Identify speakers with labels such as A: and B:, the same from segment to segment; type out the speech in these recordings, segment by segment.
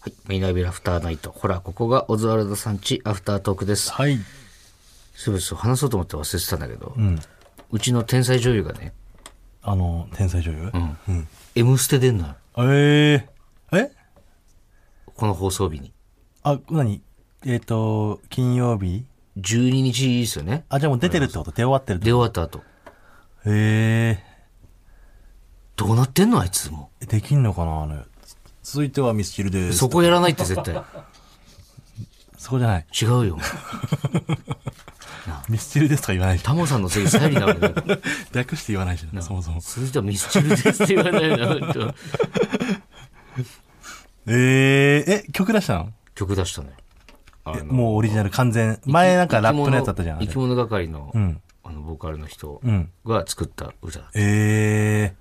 A: はい。マイナビラフターナイト。ほら、ここがオズワルドさんちアフタートークです。
B: はい。
A: そうです。話そうと思って忘れてたんだけど、うちの天才女優がね、
B: あの、天才女優うん。
A: M ステ出んのよ。
B: えー、え
A: この放送日に。
B: あ、なにえっ、と、金曜日
A: 12日ですよね。
B: あ、じゃあもう出てるってこと出終わってるって
A: 出終わった後。
B: え
A: どうなってんのあいつも。
B: ー、できんのかなあの、続いてはミスチルです。
A: そこやらないって絶対。
B: そこじゃない。
A: 違うよ。
B: ミスチルですとか言わないし。
A: タモさんのせいでサイリーなわけだから。
B: 略して言わないしな、そもそも。
A: 続いてはミスチルですって言わないな本当。
B: えー、え、曲出したの
A: 曲出したね。あ
B: えもうオリジナル完全。前なんかラップのやつあったじゃん。あ
A: 生
B: れ
A: き物係の、
B: ん
A: あの、ボーカルの人
B: うん。
A: が作った歌。
B: え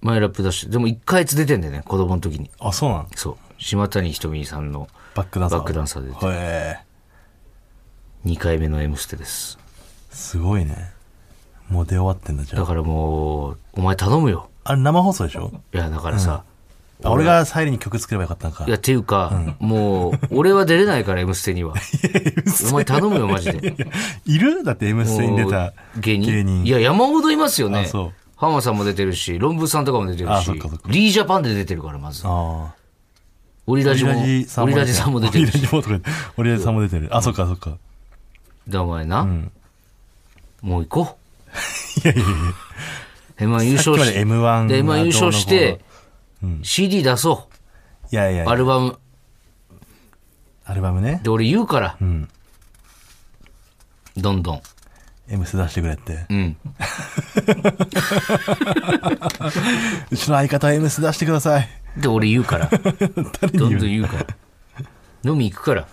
A: 前ラップ出して、でも一回あいつ出てんだよね、子供の時に。
B: ー、あ、そうなの
A: そう。島谷ひとみさんの
B: バックダンサー。
A: バックダンサーで出て
B: へ
A: 2回目の M ステです。
B: ー、すごいね。もう出終わってんだ、じゃ
A: だ
B: あ。
A: からもう、お前頼むよ。
B: あれ生放送でしょ
A: いや、だからさ、
B: あ俺がサイリに曲作ればよかったのか
A: いや、。っていうか、もう、俺は出れないから、M ステには。お前頼むよ、マジ で。
B: いるだって M ステに出た
A: もう芸人
B: 芸人。
A: いや、山ほどいますよ
B: あ
A: ね。
B: そう
A: 浜田さんも出てるし、ロンブーさんとかも出てる
B: あ
A: し
B: そっかそっ、か
A: リージャパンで出てるから、まず。
B: ああ。
A: オリラジも、
B: オリ
A: オリラジさんも出てる
B: オリラ
A: し。
B: ジもとかオリラジさんも出てる。あ、そっかそっか。
A: だ、お前な。もう行こ
B: いやいやいや。
A: う。M1 優
B: さっ
A: 勝し
B: きまで
A: て、
B: M1
A: で、M1 優勝し
B: どうの
A: て
B: こ、。
A: CD 出そう。
B: いやいやいう
A: ア
B: や、
A: ルバム。
B: アルバムね。
A: で、俺言うから。
B: ん
A: どんどん。
B: M ステ出してくれって
A: う。ん。
B: うちの相方 M ステ出してください。
A: で、俺言うから。
B: 誰
A: ど
B: に
A: んどん
B: 言う
A: 言うから。飲み行くから。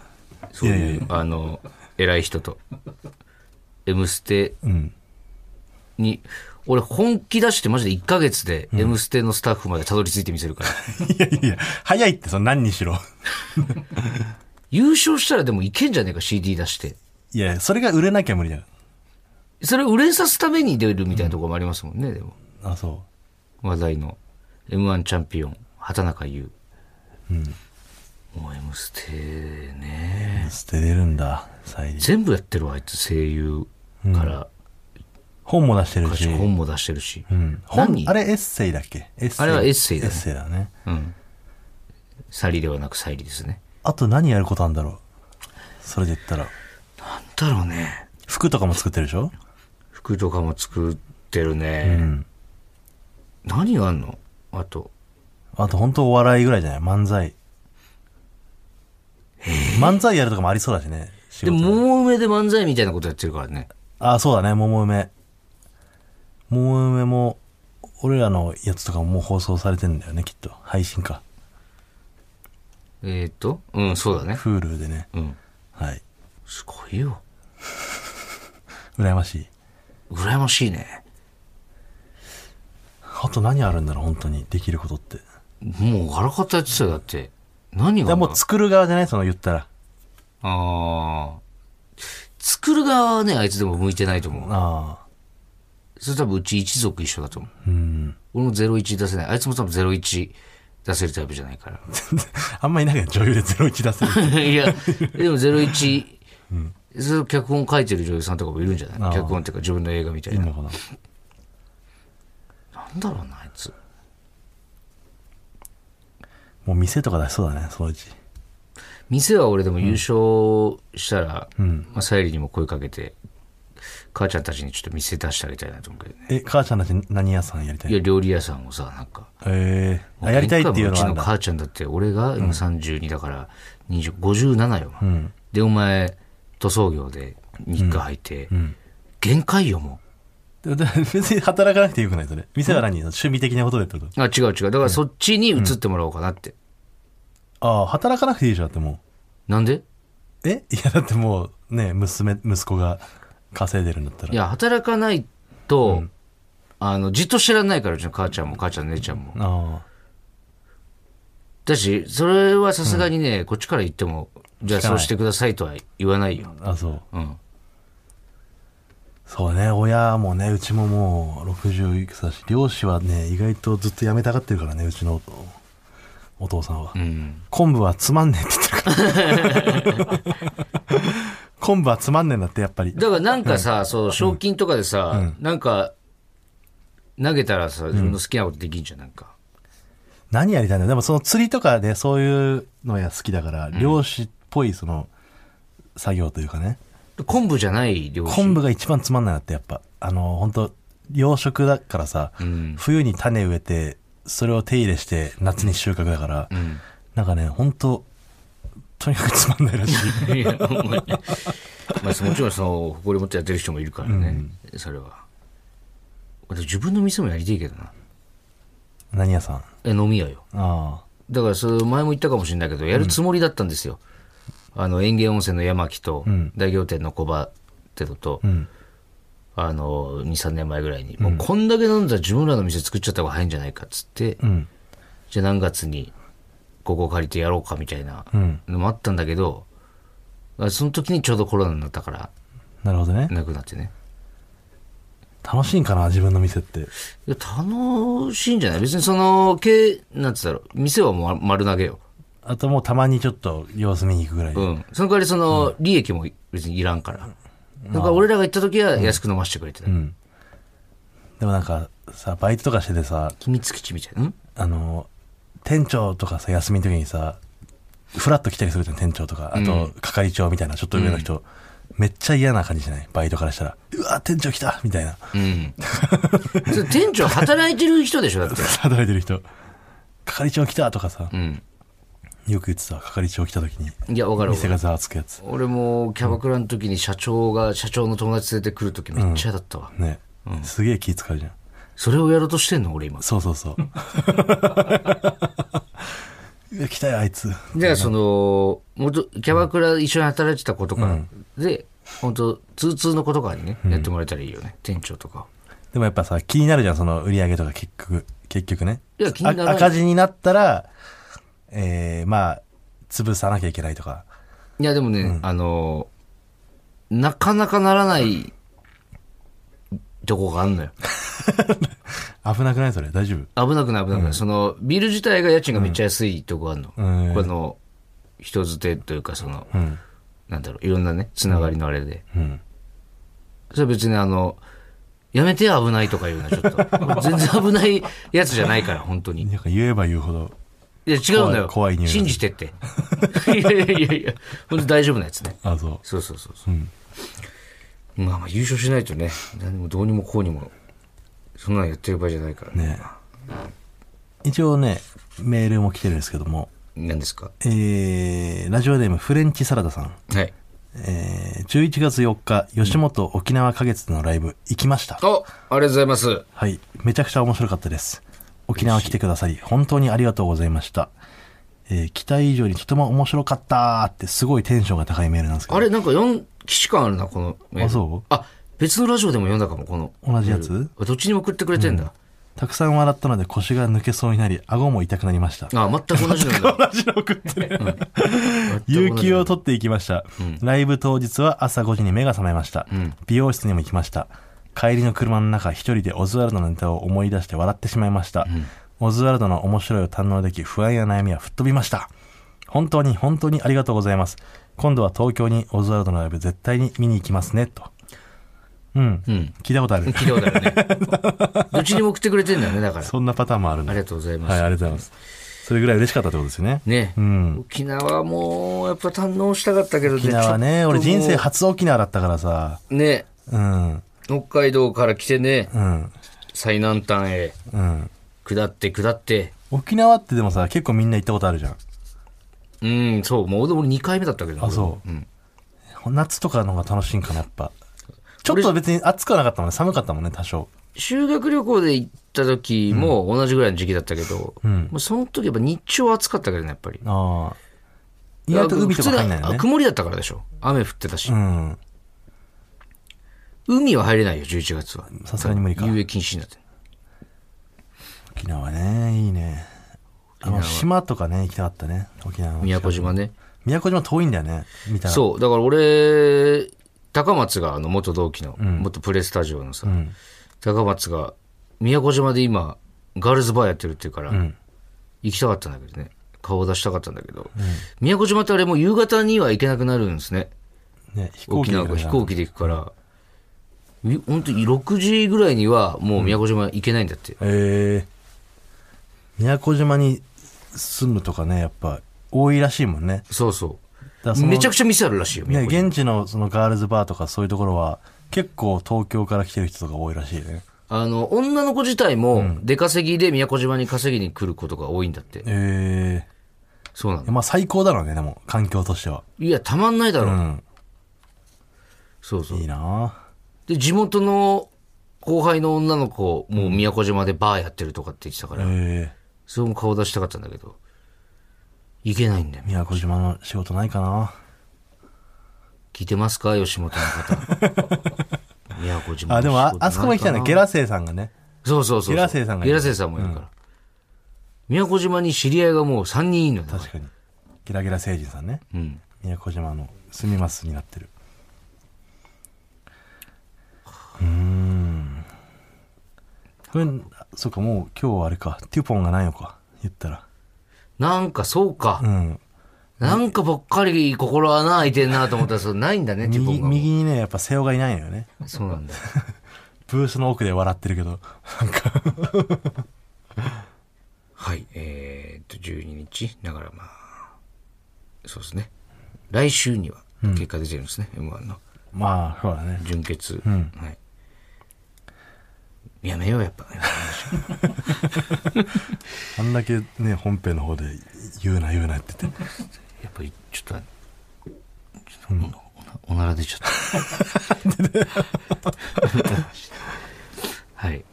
A: そういう、
B: いやいやい
A: あの、偉い人と。M ステ
B: うん。
A: に、俺本気出してマジで1ヶ月で M ステのスタッフまでたどり着いてみせるから。
B: いやいやいや、早いって、その何にしろ。
A: 優勝したらでもいけんじゃねえか CD 出して。
B: いや、それが売れなきゃ無理だよ。
A: それを売れさすために出るみたいなところもありますもんね、でも。
B: あ、そ
A: 話題の M1 チャンピオン、畑中優。もう M ステね。
B: う。捨てれるんだ、サイリ。
A: 全部やってるわ、あいつ声優から、
B: 本も出してる
A: 歌手
B: し。
A: 本も出してるし。
B: うん。本
A: 何、
B: あれエッセイだっけエッセイ。
A: あれはエッセイだね
B: エッセイだね。
A: うん。サリではなくサイリですね。
B: あと何やることあんだろうそれで言ったら。
A: なんだろうね。
B: 服とかも作ってるでしょ
A: 服とかも作ってる
B: う
A: ね。
B: ん。
A: 何があんのあと。
B: あと本当お笑いぐらいじゃない漫才。漫才やるとかもありそうだしね。仕
A: で、
B: 事
A: 桃梅で漫才みたいなことやってるからね。
B: あ、そうだね、桃梅。桃梅も、俺らのやつとかももう放送されてんだよね、きっと。配信か。
A: えっ、と、うん、そうだね。
B: Hulu でね。
A: うん。
B: はい。
A: すごいよ。
B: 羨ましい。
A: 羨ましいね。
B: あと何あるんだろう、本当に。できることって。
A: もう、あらかたやってたよ、だって。何
B: い
A: があ
B: や、
A: んの
B: もう作る側じゃないその言ったら。
A: あー作る側はね、あいつでも向いてないと思う。
B: ああ。
A: それ多分うち一族一緒だと思う。
B: うん。
A: 俺も01出せない。あいつも多分01出せるタイプじゃないから。
B: あんまいないけど、女優で01出せる。
A: いや、でも01、その脚本書いてる女優さんとかもいるんじゃな
B: あ
A: い
B: あ
A: 脚本っていうか自分の映画みた
B: い
A: い
B: い
A: な。
B: のかな。
A: なんだろうな、あいつ。
B: もう店とか出しそうだね、そのうち。
A: 店は俺でも優勝したら、まあ、さゆりにも声かけて、母ちゃんたちにちょっと店出してあげたいなと思うけどね。
B: え、母ちゃんたち何屋さんやりたい
A: いや、料理屋さんをさ、なんか。
B: えー、あやりたいってい
A: も
B: うのはあん
A: うちの
B: だ。
A: 母ちゃんだって、俺が今32だから、20 57よ、で、お前、塗装業で日課入って、限界よ、も
B: でで別に働かなくてよくないそれ。店は何、趣味的なことでってこと
A: う。あ、違う違う。だからそっちに移ってもらおうかなって。
B: ああ、働かなくていいじゃんっても
A: なんで
B: う。え いや、だってもう、ね、娘、息子が稼いでるんだったら。
A: いや、働かないと、あの、じっと知らないから、うちの母ちゃんも母ちゃんの姉ちゃんも。
B: あ
A: だし、それはさすがにね、こっちから言っても、じゃあ
B: 聞か
A: そ
B: ないう
A: してくださいとは言わないよ。
B: あ、あそう。
A: うん。
B: そうね、親もね、うちももう60いくつだし、漁師はね、意外とずっと辞めたがってるからね、うちのお父さんは
A: う。ん。
B: 昆布はつまんねえって言って るから。昆布はつまんねえんだって、やっぱり。
A: だからなんかさ、そう、賞金とかでさ、なんか、投げたらさ、自分の好きなことできんじゃん、なんか。
B: 何やりたいんだよでもその釣りとかでそういうのや好きだから、漁師っぽいその、作業というかね。
A: 昆布じゃない漁師。
B: 昆布が一番つまんないなって、やっぱ。あの、本当養殖だからさ、
A: うん。
B: 冬に種植えて、それを手入れして、夏に収穫だから、
A: うん。
B: なんかね、本当とにかくつまんないらし い。
A: いや、ほんまに。まあ、そもちろん、その、誇り持ってやってる人もいるからね、それは。私、自分の店もやりてえけどな。
B: 何屋さん
A: え、飲み屋よ。
B: あ
A: だから、それ、前も言ったかもしれないけど、やるつもりだったんですよ。あの、園芸温泉の山木と、
B: ん
A: 大行店の小葉ってのと
B: あ。う、ん。
A: あの、2、3年前ぐらいに、もうこんだけ飲んだら自分らの店作っちゃった方が早いんじゃないかっつって、
B: うん。
A: じゃあ何月にここ借りてやろうかみたいな
B: うん。
A: のもあったんだけど、あその時にちょうどコロナになったから、
B: なるほどね。
A: なくなってね。
B: 楽しいんかな自分の店って。
A: いや、楽しいんじゃない別にその、経なんつったろう、店はもう丸投げよ。
B: あともうたまにちょっと様子見に行くぐらいで。
A: うん。その代わりその、利益も別にいらんから。だから俺らが行った時は安く飲ませてくれてた。
B: うん。でもなんかさ、バイトとかしててさ、
A: 秘密基地みたいな。ん
B: あの、店長とかさ、休みの時にさ、フラッと来たりするじゃん、店長とか。あと、係長みたいな、ちょっと上の人。めっちゃ嫌な感じじゃないバイトからしたら。うわ、店長来たみたいな。
A: うん。それ店長働いてる人でしょだって。
B: 働いてる人。係長来たとかさ
A: う、ん。
B: よく言ってた、係長来た時に。
A: いや、わかるわか
B: 店
A: る。
B: がざわつくやつ。
A: 俺もキャバクラの時に社長が、社長の友達連れてくる時めっちゃ嫌だったわ。
B: ね。すげえ気使うじゃん。
A: それをやろうとしてんの俺今。
B: そうそ うそう。うわ来たよ、あいつ。
A: じゃあその、元キャバクラ一緒に働いてた子とか、で、本当通通の子とかにね、やってもらえたらいいよね。店長とか。
B: でもやっぱさ、気になるじゃん、その売り上げとか結局、結局ね。
A: いや気にならな
B: あ
A: い
B: 赤字になったら、えー、まあ、潰さなきゃいけないとか。
A: いやでもね、あの、なかなかならないとこがあんのよ。
B: 危なくないそれ、大丈夫
A: 危なくない危なくない。その、ビル自体が家賃がめっちゃ安いとこあんの。
B: うん
A: この、人づてというかその、
B: うん。
A: なんだろう、いろんなね、つながりのあれで。
B: うん。
A: それは別にあの、やめてよ危ないとか言うな、ちょっ と。全然危ないやつじゃないから、本当に。い
B: なんか言えば言うほど、
A: や、違うんだよ。
B: 怖い怖い匂い
A: 信じてって。いやいやいやいや、本当大丈夫なやつね。
B: あ、そ
A: そうそうそうそう。まあまあ優勝しないとね、何もどうにもこうにも、そんなんやってる場合じゃないから
B: う。
A: ね。
B: ね一応ね、メールも来てるんですけども、
A: 何ですか
B: えー、ラジオネームフレンチサラダさん。
A: はい。
B: えー、11月4日、吉本沖縄花月のライブ行きました。
A: おありがとうございます。
B: はい。めちゃくちゃ面白かったです。沖縄来てくださり、本当にありがとうございました。えー期待以上にとても面白かったーって、すごいテンションが高いメールなんですけど。
A: あれなんか4、既視感あるな、このメール
B: あそう
A: あ、別のラジオでも読んだかも、この。
B: 同じやつ
A: あどっちにも送ってくれてんだ。
B: たくさん笑ったので腰が抜けそうになり、顎も痛くなりました。
A: あ全く同じなんだ。
B: 同じの送ってる。 有給を取っていきました、ライブ当日は朝5時に目が覚めました、美容室にも行きました帰りの車の中一人でオズワルドのネタを思い出して笑ってしまいました、オズワルドの面白いを堪能でき不安や悩みは吹っ飛びました本当に本当にありがとうございます今度は東京にオズワルドのライブ絶対に見に行きますねとうん、
A: うん。
B: 聞いたことある
A: 聞いたことあ るね。どっちにも送ってくれてんだね、だから。
B: そんなパターンもあるん
A: あり
B: だはい
A: がとうございます。
B: ありがとうございますそれぐらい嬉しかったってことですよね
A: ね、
B: うん
A: 沖縄もやっぱ堪能したかったけどね
B: 沖縄
A: ちょっ
B: ね
A: ともう
B: 俺人生初沖縄だったからさ
A: ね、
B: うん
A: 北海道から来てね、
B: うん
A: 最南端へ
B: うん
A: 下って下って、
B: 沖縄ってでもさ結構みんな行ったことあるじゃん
A: うん、そう、もう俺2回目だったけど。
B: あそう
A: うん。
B: う夏とかの方が楽しいんかなやっ ぱちょっと別に暑くはなかったもんね寒かったもんね多少
A: 修学旅行で行った時も同じぐらいの時期だったけど、
B: うん
A: もうその時やっぱ日中は暑かったけどね、やっぱり。
B: ああ意外と海とか入んない
A: 普通
B: よ
A: にあ
B: ね
A: 曇りだったからでしょ。雨降ってたし。
B: うん
A: 海は入れないよ、11月は。
B: さすがに無理か
A: 遊泳禁止になってる。
B: 沖縄ねいいねあの島とかね行きたかったね沖縄の
A: 宮古島ね。
B: 宮古島遠いんだよねみたいな
A: そう、だから俺、高松が、あの、元同期の、元プレスタジオのさ、
B: ん
A: 高松が、宮古島で今、ガールズバーやってるっていうから、
B: ん
A: 行きたかったんだけどね。顔を出したかったんだけど、宮古島ってあれもう夕方には行けなくなるんですね。
B: ね、飛行
A: 沖
B: 機で
A: 縄が飛行機で行くから、み本当に6時ぐらいにはもう宮古島行けないんだって。
B: えー、宮古島に住むとかねやっぱ多いらしいもんね
A: そうそ
B: だから
A: う。
B: その
A: めちゃくちゃ店あるらしいよ、宮
B: ね
A: 古島。
B: 現地のそのガールズバーとかそういうところは結構東京から来てる人とか多いらしいね
A: あの、女の子自体も出稼ぎで宮古島に稼ぎに来ることが多いんだって。
B: え
A: そうな
B: ー、
A: の。
B: まあ最高だろうねでも環境としてはい
A: や、たまんないだろ
B: う
A: う。
B: ん
A: そうそう
B: いい。な
A: で、地元の後輩の女の子、もう宮古島でバーやってるとかって言ってたか
B: え
A: ら、
B: ー、
A: それも顔出したかったんだけど、行けないんだよ。
B: 宮古島の仕事ないかな
A: 聞いてますか吉本の方。 宮古島の
B: あでも
A: 仕事ないか
B: あ
A: な
B: あそこまで来たねゲラセイさんがね
A: そうそうそうそう。
B: ゲラセイさんがいる
A: ゲラセイさんもいるから。宮古島に知り合いがもう3人いるのよ。
B: 確かにゲラゲラ星人さんね
A: うん。
B: 宮古島の住みますになってるうーんこれそうかもう今日はあれかテュポンがないのか言ったら
A: なんかそうか。
B: うん
A: なんかばっかり心穴開いてんなと思ったら、そうないんだね、ティポン
B: 右
A: がも
B: 右にねやっぱ瀬尾がいないのよね
A: う。そうなんだ。
B: ブースの奥で笑ってるけどなんか
A: はい、えーっと、12日、だからまあ、そうですね。来週には結果出てるんですね、M1 の。
B: まあそうだね
A: 準決。
B: ん
A: はい。やめよう、 やっぱ。
B: あんだけね本編の方で言うな言うなって言って
A: やっぱり、ちょっと、ちょっとおおなら出ちゃ った。はい。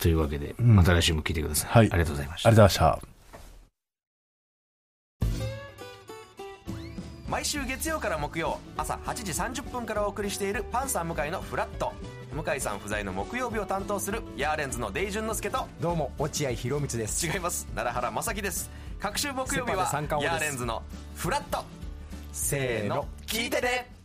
A: というわけで、また来週も聞いてください。
B: はい
A: ありがとうございました
B: あ。りがとうございました
C: 毎週月曜から木曜朝8時30分からお送りしているパンサー向井のフラット向井さん不在の木曜日を担当するヤーレンズのデイジュンの之介と
D: どうも落合博満です
C: 違います奈良原正樹です各週木曜日は
D: セパで三冠王
C: ヤ
D: で
C: ー
D: す
C: レンズのフラット
D: せ
C: せーの聞いてね